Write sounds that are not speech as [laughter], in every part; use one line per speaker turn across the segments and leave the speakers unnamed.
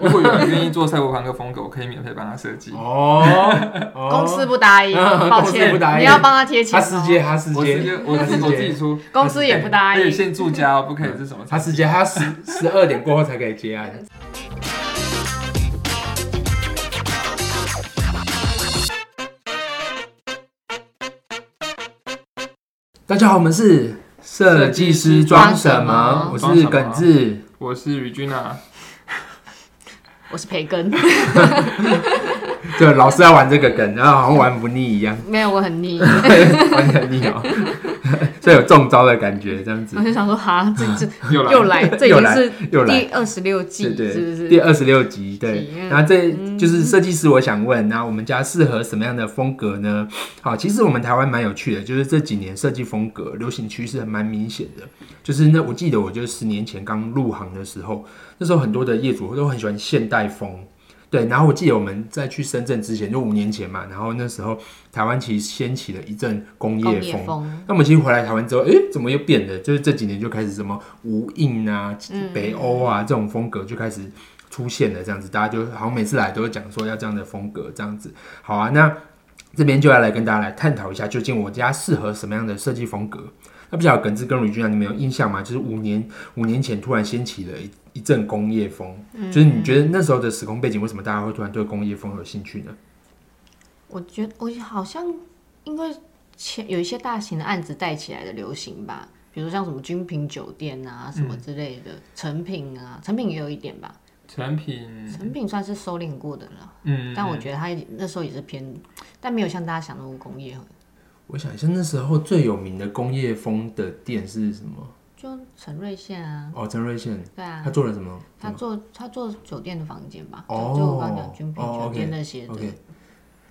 如果有人愿意做赛博朋克风格，我可以免费帮他设计。
[laughs]
哦，哦
公司不答
[laughs]
应，
嗯
抱
公司
歉
不答，应
你要帮他贴钱
哈
哦。
斯杰，哈斯
我直接
杰，
我自己我自己出，
公司也不答
而且
应。
限住家哦，不可以是什么？
哈斯杰，他十十二点过后才可以接啊案。大家好，我们是设计师装什么？我
装什
是
么
耿志。
我是于君啊，
我是培
[laughs]
根，
对，老是要玩这个梗，然后好像玩不腻一样， [laughs]
没有我很腻，
玩得很腻哦， [laughs] 所以有中招的感觉，这样子
我就想
[laughs]
说哈，这这
又来
又来，这
[laughs]
已
又
经
来
是
又来
第二十六季，
对对，
是不是？
第二十六集，对
集。嗯
然后这就是设计师，我想问，那我们家适合什么样的风格呢？好，其实我们台湾蛮有趣的，就是这几年设计风格流行趋势还蛮明显的。就是那我记得，我就是十年前刚入行的时候，那时候很多的业主都很喜欢现代风。对，然后我记得我们在去深圳之前，就五年前嘛，然后那时候台湾其实掀起了一阵工
工
业
业
风，
风，
那我们其实回来台湾之后，诶，怎么又变了？就是这几年就开始什么无印啊、北欧啊这种风格就开始出现了，这样子，大家就好像每次来都会讲说要这样的风格，这样子。好啊，那这边就要来跟大家来探讨一下，究竟我家适合什么样的设计风格？那不晓得耿志跟吕君啊，你们有印象吗？就是五年五年前突然掀起了一一阵工业风，就是你觉得那时候的时空背景，为什么大家会突然对工业风有兴趣呢？
我觉得我好像因为前有一些大型的案子带起来的流行吧，比如像什么军品酒店
嗯
啊什么之类的，成品啊，成品也有一点吧，
成
嗯
品，
成品算是收敛过的了，
嗯，
但我觉得它那时候也是偏，但没有像大家想的那么工业，
我想一下，那时候最有名的工业风的店是什么？
就陈瑞宪啊，
哦，陈瑞宪，
对啊。
他做了什么？
他做他做酒店的房间吧，就
嗯哦
就我刚刚讲军品
哦
酒店
OK，
那些的，
OK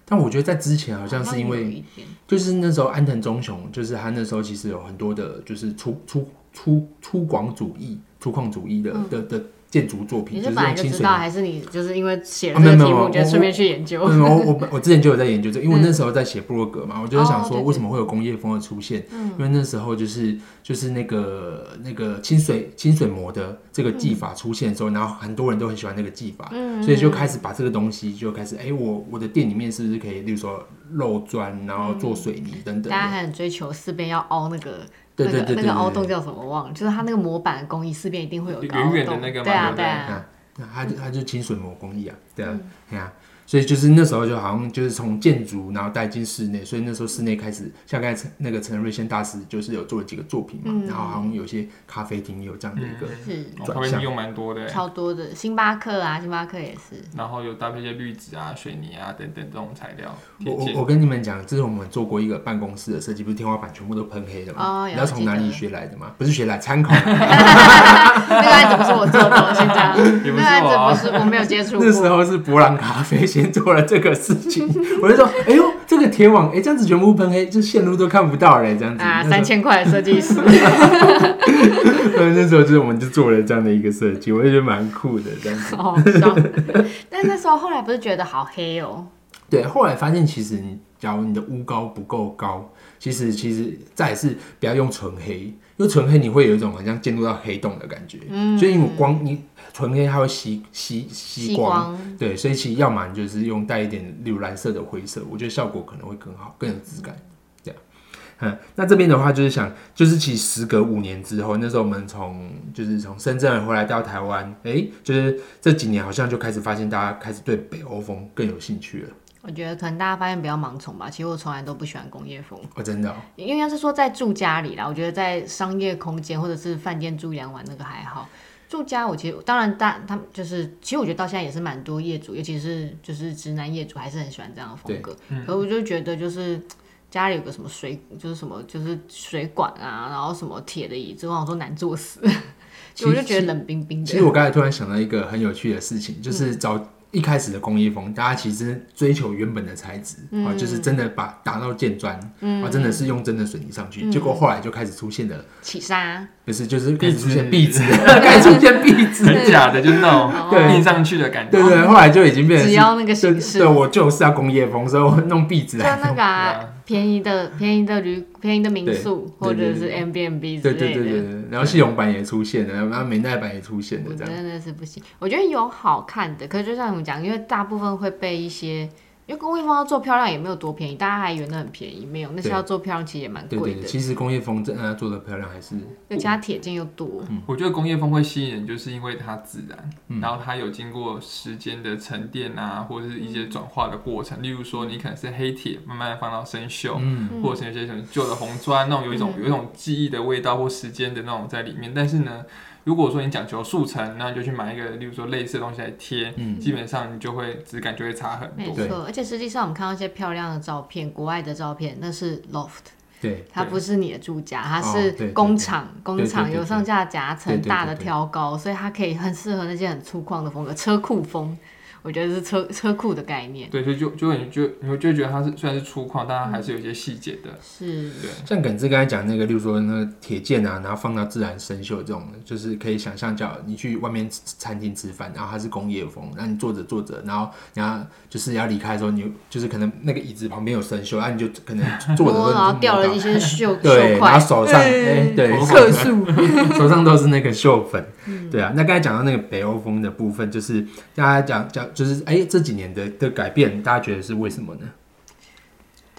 但我觉得在之前好像是因为，
有一点
就是那时候安藤忠雄，就是他那时候其实有很多的，就是粗粗粗粗犷主义、粗犷主义的、的的建筑作品，
你
就是是
本来
用
就
清
知
水
道，还是你就是因为写了
啊
这
没
个
有
题
没有
目，就
我
顺便去
[laughs]
研究？
嗯，我我我之前就有在研究这个，因为我那时候在写部落格嘛，我就是想
嗯哦对
说
对嗯
为什么会有工业风的出现，因为那时候就是就是那个那个清水清水模的这个
嗯
技法出现的时候，然后很多人都很喜欢那个技法，所以就开始把这个东西就开始，哎、我我的店里面是不是可以，例如说漏砖，然后做水泥等等
嗯大家
的，
还很追求四边要凹那个。
对对对
那
对
个那个
对
凹
对
洞叫什么？我忘了，就是它那个模板的工艺四边一定会有一个
圆
凹
圆的
洞
那个嘛
对啊
对不
对
对
啊，
那它就它就清水模工艺啊，对
嗯
啊，对啊。所以就是那时候就好像就是从建筑，然后带进室内，所以那时候室内开始，像刚才陈那个陈瑞先大师就是有做了几个作品嘛，
嗯
然后好像有些咖啡厅有这样的一个，
是
嗯我咖啡厅用蛮多的，
超多的。星巴克啊，星巴克也
[laughs]
是，
然后有搭配一些绿植啊、水泥啊等等这种材料
我
贴
我
近。
我跟你们讲，这是我们做过一个办公室的设计，不是天花板全部都喷黑的嘛？
哦
你知道从哪
了
里
解
学来的吗？不是学来，参考
[laughs]
来的。
那个案子不是我做的，我先讲，
[laughs] 也
那
不
个
是
案
我啊
子不是我没有接触
[laughs] 那时
过，
候是博朗咖啡先做了这个事情，我就说，哎呦，这个铁网，哎，这样子全部喷黑，就线路都看不到嘞，这样子。
啊，
那时候
三千块的设计师，
对， [laughs] 那时候就是我们就做了这样的一个设计，我就觉得蛮酷的这样子。
[laughs] 好好
[laughs]
笑。但那时候后来不是觉得好黑哦，
对，后来发现其实你假如你的屋高不够高，其实其实再来是不要用纯黑，因为纯黑你会有一种好像进入到黑洞的感觉，嗯，所以你光你纯黑它会吸吸吸
吸
光。
光
对，所以其实要么你就是用带一点，例如蓝色的灰色，我觉得效果可能会更好，更有质感。这样，嗯，那这边的话就是想，就是其实时隔五年之后，那时候我们从就是从深圳回来到台湾，哎、就是这几年好像就开始发现大家开始对北欧风更有兴趣了。
我觉得可能大家发现比较盲从吧，其实我从来都不喜欢工业风，
哦，真的哦、
应该是说在住家里啦。我觉得在商业空间或者是饭店住一两晚那个还好。住家我其实当然大，他们就是其实我觉得到现在也是蛮多业主，尤其是就是直男业主还是很喜欢这样的风格。
嗯
可我就觉得就是家里有个什么水，就是什么就是水管啊，然后什么铁的椅子，我想说难坐死，
其
就
实
我就觉得冷冰冰
其实
的。
我刚才突然想到一个很有趣的事情，就是
嗯
早一开始的工业风，大家其实追求原本的材质啊、
嗯
就是真的把打到建砖啊、真的是用真的水泥上去。
嗯
结果后来就开始出现了，
起沙，
不是就是开始出现
壁
壁
纸
纸， [laughs] 开始出现壁纸，
很假的，就是
[laughs]
那种
对
印上去的感觉。
对对，后来就已经变成
只
是
要那个
对
形式
对，我就是要工业风，所以我弄壁纸
就
来
那
弄。
个、
对
啊、
啊，
便宜的便宜的旅便宜的民宿
对
或
对
者是 M B N B 之
对
类
对对对
的。
对，然后系统版也出现了，然后美奈版也出现了
我
这样。
真的是不行，我觉得有好看的，可是就像我们讲，因为大部分会被一些，因为工业风要做漂亮也没有多便宜，大家还以为那很便宜，没有，那是
对
要做漂亮其实也蛮
对
贵
对
的
对，，其实工业风筝让它做的漂亮还是
又加铁件又多，
我觉得工业风会吸引人，就是因为它自然，
嗯
然后它有经过时间的沉淀啊，或者是一些转化的过程。例如说，你可能是黑铁慢慢放到生锈，
嗯
嗯
或者是有些什么旧的红砖那种，有一种、有一种记忆的味道或时间的那种在里面。但是呢，如果说你讲求速成，那你就去买一个，例如说类似的东西来贴，基本上你就会质感就会差很
嗯没
多。
对
错。而且实际上我们看到一些漂亮的照片，国外的照片，那是 loft，
对
它不是你的住家，它
哦对
是
对
工厂，
对
工
对
厂
对
有
对
上下夹层
对，对
大
对
的
对
挑高，所以它可以很适合那些很粗犷的风格，车库风，我觉得是车车库的概念，
对，所以就就你就你会就会觉得它是虽然是粗犷，但它
嗯
还是有一些细节的。
是
对，
像耿志刚才讲那个，例如说那个铁剑啊，然后放到自然生锈这种的，就是可以想象，叫你去外面吃餐厅吃饭，然后它是工业风，那你坐着坐着，然后然后就是要离开的时候，你就是可能那个椅子旁边有生锈，然后啊你就可能坐着的时候你就
多哦然后掉
摸
了
到 [laughs]
一些锈
对，
锈
然
块，
后手上哎、对，
嗯克数，
[laughs]
嗯
手上都是那个锈粉，对啊。那刚才讲到那个北欧风的部分，就是大家讲讲，就是哎、这几年的的改变，大家觉得是为什么呢？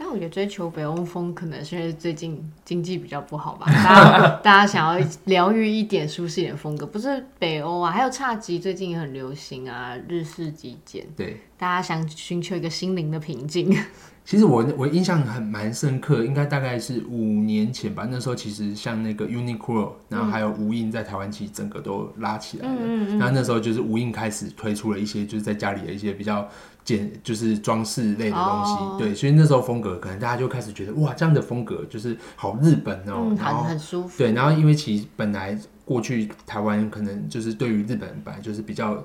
但我觉得追求北欧风，可能是因为最近经济比较不好吧，大家大家想要疗愈一点、舒适一点风格，不是北欧啊，还有侘寂最近也很流行啊，日式极简，
对，
大家想寻求一个心灵的平静。
其实我我印象很蛮深刻，应该大概是五年前吧。那时候其实像那个 Uniqlo，然后还有无印在台湾其实整个都拉起来
嗯
了。然后那时候就是无印开始推出了一些就是在家里的一些比较简，就是装饰类的东西。
哦
对，所以那时候风格可能大家就开始觉得哇，这样的风格就是好日本哦、
嗯，
然后
很很舒服。
对，然后因为其实本来过去台湾可能就是对于日本本来就是比较。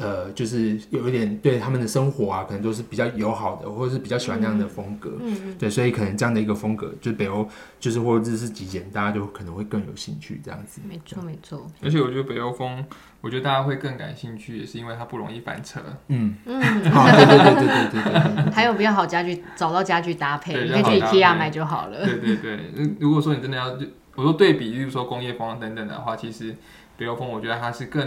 呃，就是有一点对他们的生活啊，可能都是比较友好的，或者是比较喜欢那样的风格，对，所以可能这样的一个风格，就北欧，就是或者是极简，大家就可能会更有兴趣这样子。
没错没错，
而且我觉得北欧风，我觉得大家会更感兴趣，也是因为它不容易翻车。
嗯嗯，好，对对对对对对对
还有比较好家具， [laughs] 找到家具搭配，
对
你可以去
比较好搭
IKEA
配
买就好了。
对对对，嗯如果说你真的要，就我说对比，例如说工业风等等的话，其实北欧风我觉得它是更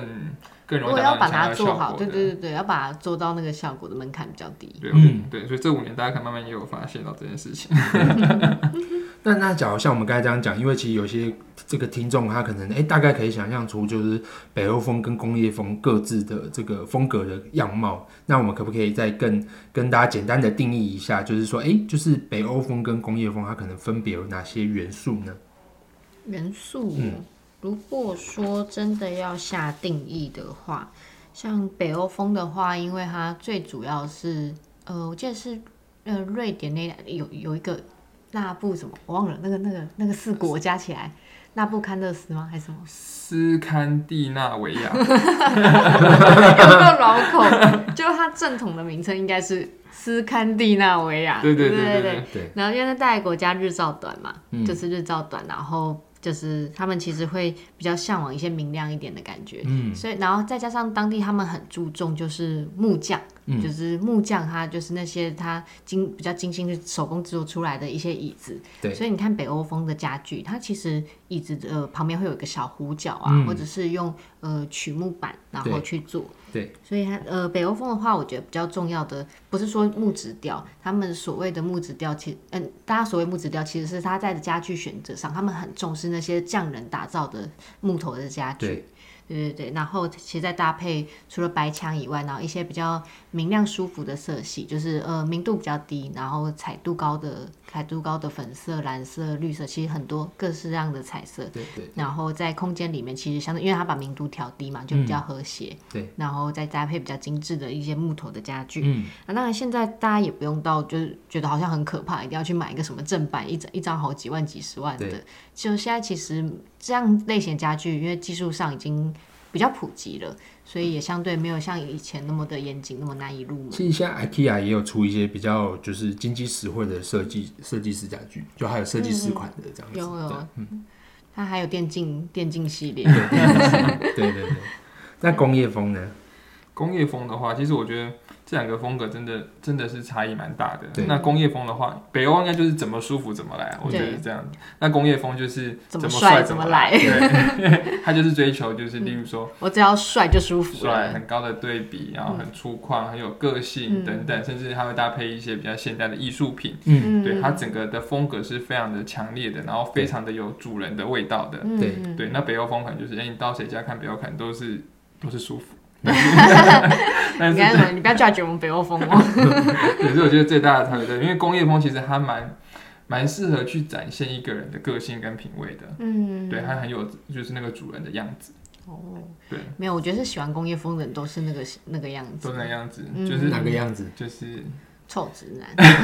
更
如
容易
果
达
要
到
把
你想
它
的
做
效
好，
果
对
的。
对对对，要把它做到那个效果的门槛比较低。
对，
嗯
嗯，对，所以这五年大家可能慢慢也有发现到这件事情。 [laughs]
那那假如像我们刚才这样讲，因为其实有些这个听众他可能哎、诶大概可以想象出就是北欧风跟工业风各自的这个风格的样貌。那我们可不可以再更跟大家简单的定义一下，就是说哎、诶就是北欧风跟工业风它可能分别有哪些元素呢？
元素，哦
嗯
如果说真的要下定义的话，像北欧风的话，因为它最主要是，呃，我记得是呃瑞典那有有一个纳布什么，我忘了那个那个那个四国加起来，纳布堪勒斯吗？还是什么？
斯堪的纳维亚，
有没有绕口？就它正统的名称应该是斯堪的纳维亚，
对对
对
对对
对
对。
对，
然后因为那大国家日照短嘛，就是日照短，然后就是他们其实会比较向往一些明亮一点的感觉，
嗯，
所以然后再加上当地他们很注重就是木匠，就是木匠他就是那些他精比较精心去手工制作出来的一些椅子，
对
所以你看北欧风的家具，它其实椅子的、呃、旁边会有一个小弧角啊，或者是用呃曲木板然后
对
去做，
对，
所以它呃北欧风的话，我觉得比较重要的不是说木质调，他们所谓的木质调，其嗯、大家所谓木质调其实是他在的家具选择上，他们很重视那些匠人打造的木头的家具。
对
对对对，然后其实再搭配除了白墙以外，然后一些比较明亮舒服的色系，就是呃明度比较低，然后彩度高的彩度高的粉色、蓝色、绿色，其实很多各式各样的彩色。
对对
然后在空间里面，其实相对因为它把明度调低嘛，就比较和谐。
嗯对，
然后再搭配比较精致的一些木头的家具。
嗯，
那当然现在大家也不用到就是觉得好像很可怕，一定要去买一个什么正版，一张一张好几万、几十万的
对。
就现在其实这样类型的家具，因为技术上已经比较普及了，所以也相对没有像以前那么的严谨，那么难以入门。
其实现在 IKEA 也有出一些比较就是经济实惠的设计设计师家具，就还有设计师款的这样子。
有有
对，嗯
它还有电竞电竞系列，
对对对。那工业风呢？
工业风的话，其实我觉得这两个风格真的真的是差异蛮大的
对。
那工业风的话，北欧应该就是怎么舒服怎么来，我觉得
对
是这样子。那工业风就是
怎
么
么帅
怎
怎么
么
来，嗯
对，
[laughs]
他就是追求就是例如说
我只要帅就舒服
帅、
了。
很高的对比，然后很粗犷、很有个性
嗯
等等，甚至它会搭配一些比较现代的艺术品。
嗯，
嗯，
对，它整个的风格是非常的强烈的，然后非常的有主人的味道的。
嗯
对
嗯
对，那北欧风可能就是，哎、你到谁家看北欧，可能都是都是舒
[laughs]
服。但
你
是，
看什么？你不要 judge 我们北欧风哦。
可是我觉得最大的差别在于，因为工业风其实它蛮蛮适合去展现一个人的个性跟品味的。
[laughs] 嗯，
对，它很有就是那个主人的样子，
哦，
对，
没有，我觉得是喜欢工业风的人都是那个那个样
都
子，
那样子，
嗯
就是
哪个样子？
就是
臭直男，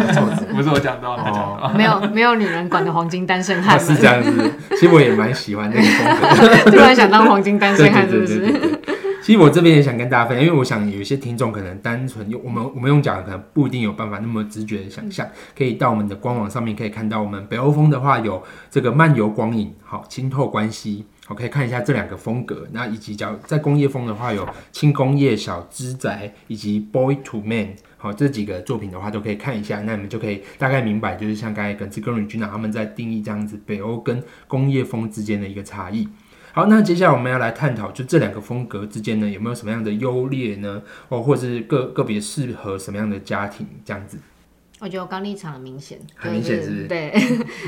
不是我讲到，他讲哦到。
没有没有女人管的黄金单身汉
啊，哦是
们，
这样子。其实我也蛮喜欢那个风格，
[laughs] 突然想当黄金单
对对
身汉，是
对
不
对
是？
对对。 [laughs] 其实我这边也想跟大家分享，因为我想有一些听众可能单纯用我们我们用讲的可能不一定有办法那么直觉的想象，可以到我们的官网上面可以看到，我们北欧风的话有这个漫游光影，好清透关系，好可以看一下这两个风格，那以及讲在工业风的话有轻工业小资宅以及 boy to man。好，这几个作品的话都可以看一下，那你们就可以大概明白，就是像刚才耿志跟吕君娜他们在定义这样子北欧跟工业风之间的一个差异。好，那接下来我们要来探讨，就这两个风格之间呢，有没有什么样的优劣呢？哦，或者是个个别适合什么样的家庭这样子？
我觉得我刚立场很明显，
很明显
就是
不是
对，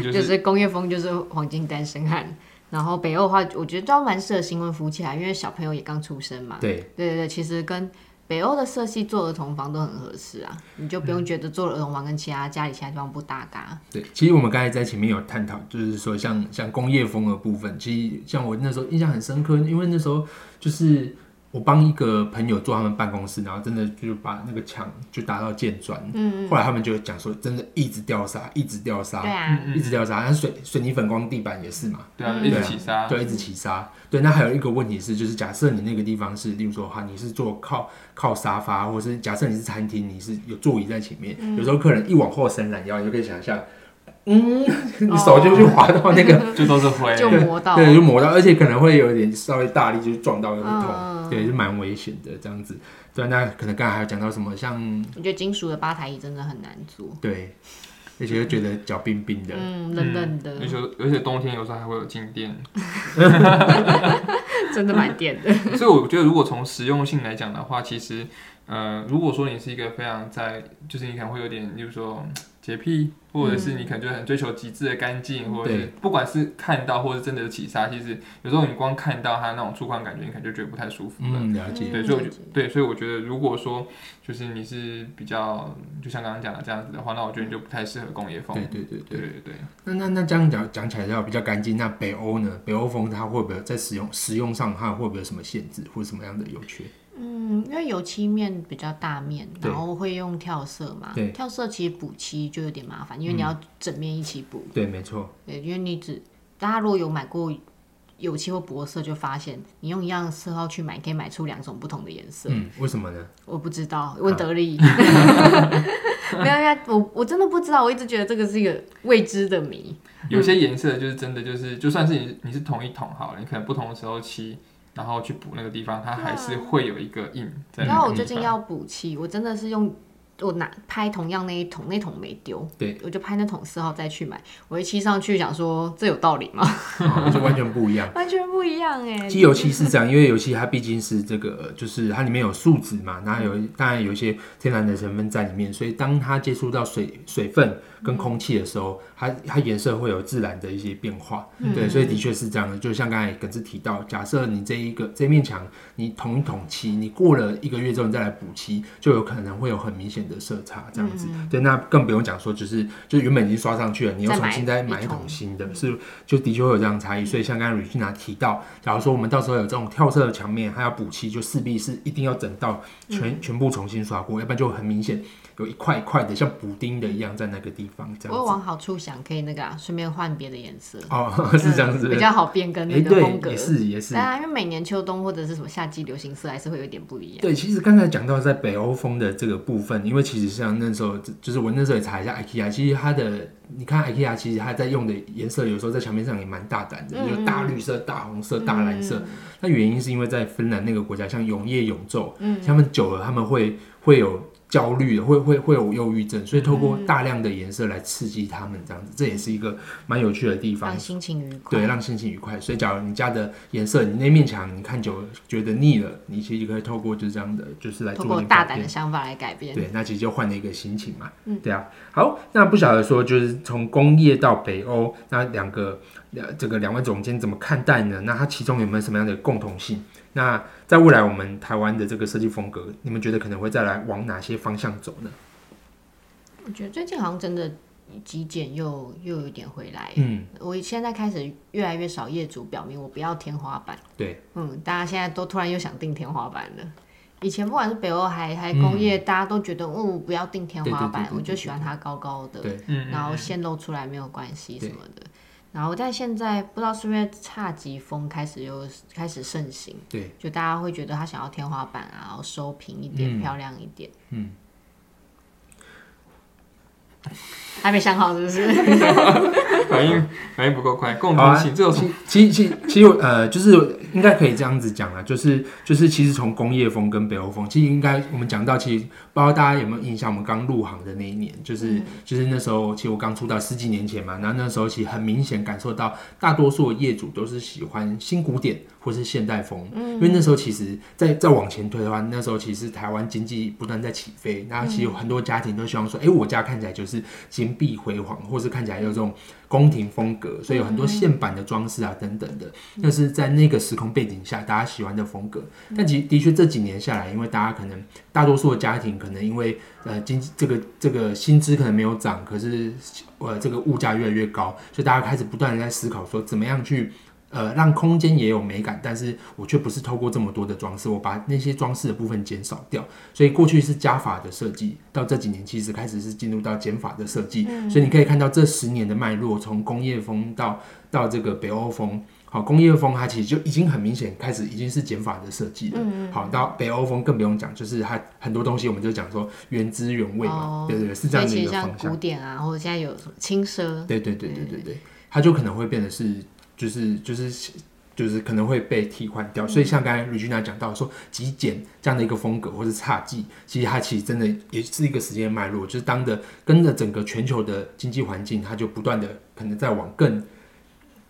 就
就是是工业风就是黄金单身汉。然后北欧的话，我觉得都蛮适合新婚夫妻啊，因为小朋友也刚出生嘛。
对，
对对对，其实跟北欧的色系做儿童房都很合适啊，你就不
嗯
用觉得做了儿童房跟其他家里其他地方不搭嘎。
对，其实我们刚才在前面有探讨，就是说像像工业风的部分，其实像我那时候印象很深刻，因为那时候就是我帮一个朋友做他们办公室，然后真的就把那个墙就打到建砖，
嗯，
后来他们就讲说，真的一直掉沙，一直掉沙
对，啊，
嗯
一直掉沙，那水水泥粉光地板也是嘛，
对啊，
嗯
一直起沙，
对，一直起沙。对，那还有一个问题是，就是假设你那个地方是，例如说哈，你是坐靠靠沙发，或是假设你是餐厅，你是有座椅在前面，
嗯
有时候客人一往后伸懒腰，你就可以想象，
[laughs]
嗯，你手就去滑到那个，
就都是灰。
哦就磨到。
对，就磨到，而且可能会有一点稍微大力，就是撞到，会痛，
嗯
对，是蛮危险的这样子。对，啊那可能刚才还有讲到什么像，
我觉得金属的吧台椅真的很难做，
对，而且又觉得脚冰冰的，
嗯，冷冷的，
而且而且冬天有时候还会有静电，
[laughs] 真的蛮电的。
[laughs] 所以我觉得如果从实用性来讲的话，其实呃，如果说你是一个非常在，就是你可能会有点，例如说嗯洁癖，或者是你可能就很追求极致的干净，或者
嗯对
是不管是看到或者真的是起沙，其实有时候你光看到它那种触感感觉，你可能就觉得不太舒服了。
嗯，了解，
对，
嗯
所以我
了
觉
解
对，所以我觉得，如果说就是你是比较，就像刚刚讲的这样子的话，那我觉得你就不太适合工
嗯
业风。
对对对对
对。对对，
那那那这样讲讲起来要比较干净，那北欧呢？北欧风它会不会在使用使用上它会不会有什么限制或者什么样的优缺？
嗯，因为油漆面比较大面，
对
然后会用跳色嘛
对，嗯
跳色其实补漆就有点麻烦，因为你要整面一起补。
对，没错，
对，因为你只大家如果有买过油漆或薄色，就发现你用一样色号去买，可以买出两种不同的颜色。
嗯，为什么呢？
我不知道，问德利。
啊
[laughs]
[laughs]
没有呀，我我真的不知道，我一直觉得这个是一个未知的谜。
有
嗯
些颜色就是真的就是，就算是你你是同一桶好了，你可能不同的时候漆，然后去补那个地方，它还是会有一个印在那个地方。
嗯然后我
嗯
最近要补漆，我真的是用我拿拍同样那一桶，那桶没丢，
对，
我就拍那桶四号再去买，我一漆上去想说这有道理吗？ [laughs]
哦就完全不一样。
完全不一样哎、
其实油漆是这样，因为油漆它毕竟是这个，呃就是它里面有树脂嘛，那有当然有一些天然的成分在里面，所以当它接触到水水分跟空气的时候，它它颜色会有自然的一些变化。对，所以的确是这样的。就像刚才耿志提到，假设你这一个这面墙，你同一桶漆，你过了一个月之后你再来补漆，就有可能会有很明显的色差这样
嗯
子。对，那更不用讲说，就是就是原本已经刷上去了，你又
再
重
买
新再
一
买一
桶
桶新的，是嗯就的确会有这样的差异。所以像刚才 Regina 提到，假如说我们到时候有这种跳色的墙面，它要补漆，就势必是一定要整到全、
嗯
全部重新刷过，要不然就很明显有一块一块的像补丁的一样在那个地方这
我
样
有
子。
往好处想，可以那个啊顺、便换别的颜色，
哦， [laughs] 是这样子
嗯比。较好变更
哎，
那个风格。
对，也是也是
对。啊，因为每年秋冬或者是什么夏季流行色还是会有点不一样。
对，其实刚才讲到在北欧风的这个部分，因为其实像那时候，就是我那时候也查一下 IKEA，其实它的你看 IKEA，其实它在用的颜色有时候在墙面上也蛮大胆的，
嗯
有大绿色、大红色、大蓝色。那原因是因为在芬兰那个国家，像永夜永昼，
嗯
他们久了他们会会有焦虑，会会会有忧郁症，所以透
嗯
过大量的颜色来刺激他们这样子，这也是一个蛮有趣的地方
让。心情愉快。
对，让心情愉快。所以，假如你家的颜色，你那面墙你看久了觉得腻了，你其实可以透过就是这样的，就是来
透
做
过
一个
大
改
胆
变
的想法来改变。
对，那其实就换了一个心情嘛。嗯，对啊。好，那不晓得说，就是从工业到北欧，那两个呃这个两位总监怎么看待呢？那它其中有没有什么样的共同性？那在未来我们台湾的这个设计风格，你们觉得可能会再来往哪些方向走呢？
我觉得最近好像真的极简又又有点回来。
嗯，
我现在开始越来越少业主表明我不要天花板。
对，
嗯，大家现在都突然又想订天花板了。以前不管是北欧还还工业，大家都觉得哦，我不要订天花板
对对对对，对
我就喜欢它高高的，
对
嗯
然后线露出来没有关系
对
什么的。然后但现在不知道是不是侘寂风开始又开始盛行，
对，
就大家会觉得他想要天花板啊，然后收平一点，漂亮一点。
嗯，
还没想好是不是？
[laughs] 反应反应不够快，共
好
同
啊
性这种
其其其其实呃，就是应该可以这样子讲啦，就是就是其实从工业风跟北欧风，其实应该我们讲到，其实不知道大家有没有印象，我们刚入行的那一年，就是、就是那时候，其实我刚出道十几年前嘛，然后那时候其实很明显感受到，大多数的业主都是喜欢新古典或是现代风，因为那时候其实再再往前推的话，那时候其实台湾经济不断在起飞，然后其实有很多家庭都希望说，哎、我家看起来就是金碧辉煌，或是看起来有这种宫廷风格，所以有很多线板的装饰啊等等的，那是在那个时空背景下大家喜欢的风格。但其实的确这几年下来，因为大家可能大多数的家庭可能因为呃经济这个这个薪资可能没有涨，可是呃这个物价越来越高，所以大家开始不断的在思考说怎么样去。呃，让空间也有美感，但是我却不是透过这么多的装饰，我把那些装饰的部分减少掉。所以过去是加法的设计，到这几年其实开始是进入到减法的设计。所以你可以看到这十年的脉络，从工业风到到这个北欧风。好，工业风它其实就已经很明显开始已经是减法的设计了。好，到北欧风更不用讲，就是它很多东西我们就讲说原汁原味嘛，
哦
对对对，是这
所
样的
以其
一
实
个
像
方向
古。典啊，或者现在有什么轻奢，
对对对对对对，它就可能会变得是，就是就是就是可能会被替换掉。所以像刚才 Regina 讲到说极简这样的一个风格，或是侘寂，其实它其实真的也是一个时间脉络，就是当的跟着整个全球的经济环境，它就不断的可能在往更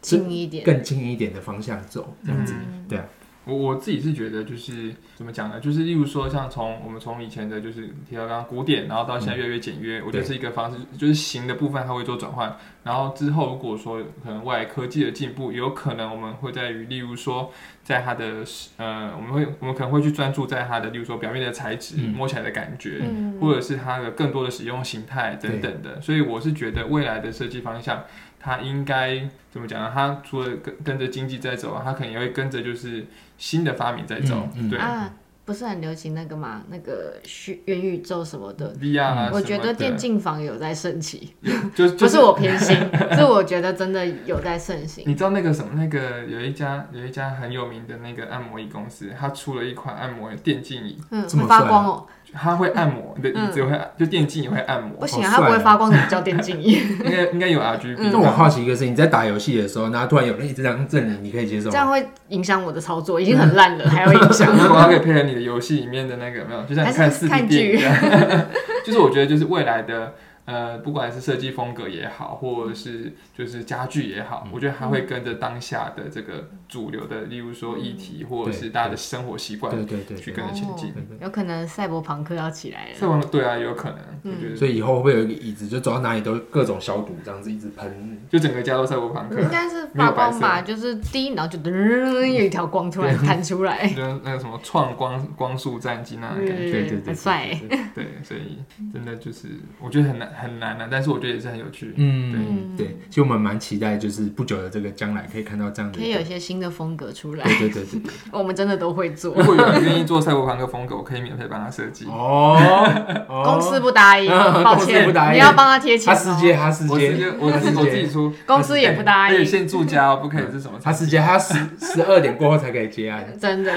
轻一点。嗯
更轻一点的方向走，这样子。
嗯
对啊，
我我自己是觉得就是怎么讲呢？就是例如说，像从我们从以前的就是提到刚刚古典，然后到现在越来越简约，我觉得是一个方式，就是形的部分它会做转换。然后之后如果说可能未来科技的进步，有可能我们会在于例如说，在它的呃，我们会我们可能会去专注在它的例如说表面的材质、
嗯
摸起来的感觉，
嗯
或者是它的更多的使用形态等等的。所以我是觉得未来的设计方向，它应该怎么讲呢？它除了跟跟着经济在走啊，它可能也会跟着就是新的发明在走，
嗯嗯
对、
啊，不是很流行那个嘛，那个虚元宇宙什么的。
VR 啊什么的，
嗯我觉得电竞房有在盛起，
就
不
就是
我
[laughs]
偏心，是我觉得真的有在盛行。
你知道那个什么，那个有一家有一家很有名的那个按摩椅公司，它出了一款按摩电竞椅，
嗯，
这么
会发
帅啊
光哦，
它会按摩，你的
嗯
椅子也会、就电竞也会按摩
不，行啊，
好
它不
帅
会
啊
发光，怎么叫电
[laughs]
竞椅？
应该应该有 RGB 吧。
那我好奇一个事情，你在打游戏的时候，然后突然有人一直这样震你，你可以接受吗？
这样会影响我的操
啊
作，已经很
[laughs]
烂了，还要影响。
如果它可以配合你的游戏里面的那个有没有，就像你
还
看
是
四 D
看
电
剧
影一样， [laughs] 就是我觉得就是未来的呃，不管是设计风格也好，或者是就是家具也
嗯
好，我觉得它
嗯
会跟着当下的这个主流的，例如说议题或者是大家的生活习惯
对对对
去
对。
跟着前进。
有可能赛博朋克要起来
这
了。
种对啊，有可能，我觉
嗯
得
所以以后会不会有一个椅子，就走到哪里都各种消毒，这样子一直喷？
就整个加入赛博朋克
应，该是发光吧，就是第一，然后就噔，有一条光突然弹出
[laughs]
来，
[laughs] 就是那个什么创光光速战机那种感觉。
对对对，
很帅
对对对
对，所以真的就是我觉得很难很难啊，但是我觉得也是很有趣。
嗯，对，其实我们蛮期待，就是不久的这个将来可以看到这样的
可
一
以有一
个，
些新的风格出来，
对对哦对对，
我们真的都会做
如，果有人愿意做赛博朋克风格，我可以免费帮他设计。
[laughs]
哦，哦
公司不答应，
嗯
抱
[laughs] 公司
歉，
不答应
你要帮他贴钱
哈斯杰，
哦，
哈斯
我直接
杰，
我自己我自己出，
公司也不答
而且
应，
[laughs] 限住家哦，不可以是什么
哈斯杰，他要十十二点过后才可以接案，
真的，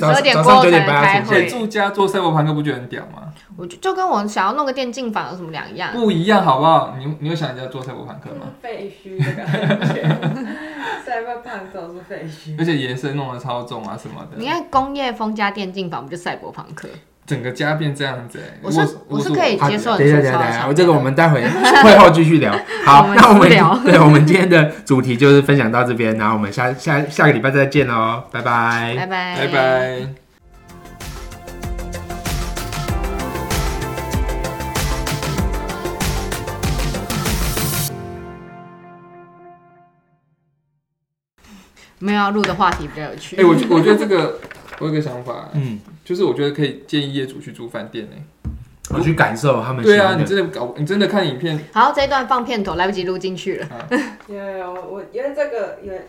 早
十二点
早
过
上
后
九
才
点
能
半要
开
出
限
会
现，
住家做赛博朋克不觉得很屌吗？
[laughs] 我就就跟我想要弄个电竞房有什么两样？
不一样好不好？你你有想人家做赛博朋克吗？
废墟的感觉， [laughs] 赛博胖总是废墟。
而且延伸弄得超重啊什么
嗯你
的，
看工业风加电竞房，不就赛博朋克？
整个家变这样子哎。
我是
如果
我是可以
如果
好
接受
等一下，等一下，
很粗糙的
等一下，
想
我这个
法
我们待
[laughs]
会会后继续聊。
我
好，
们
那我们
私聊
对，我们今天的主题就是分享到这边，然后我们下下下个礼拜再见哦，拜拜。
拜拜，
哎拜拜。
没有要录的话题比较有趣
哎、。我觉我觉得这个，我有个想法，
嗯，
就是我觉得可以建议业主去住饭店呢、
我去感受他们喜
对啊，
欢
你
的。
真的搞，你真的看影片，
好，这一段放片头，来不及录进去了。
有有有，我因为这个有，哎、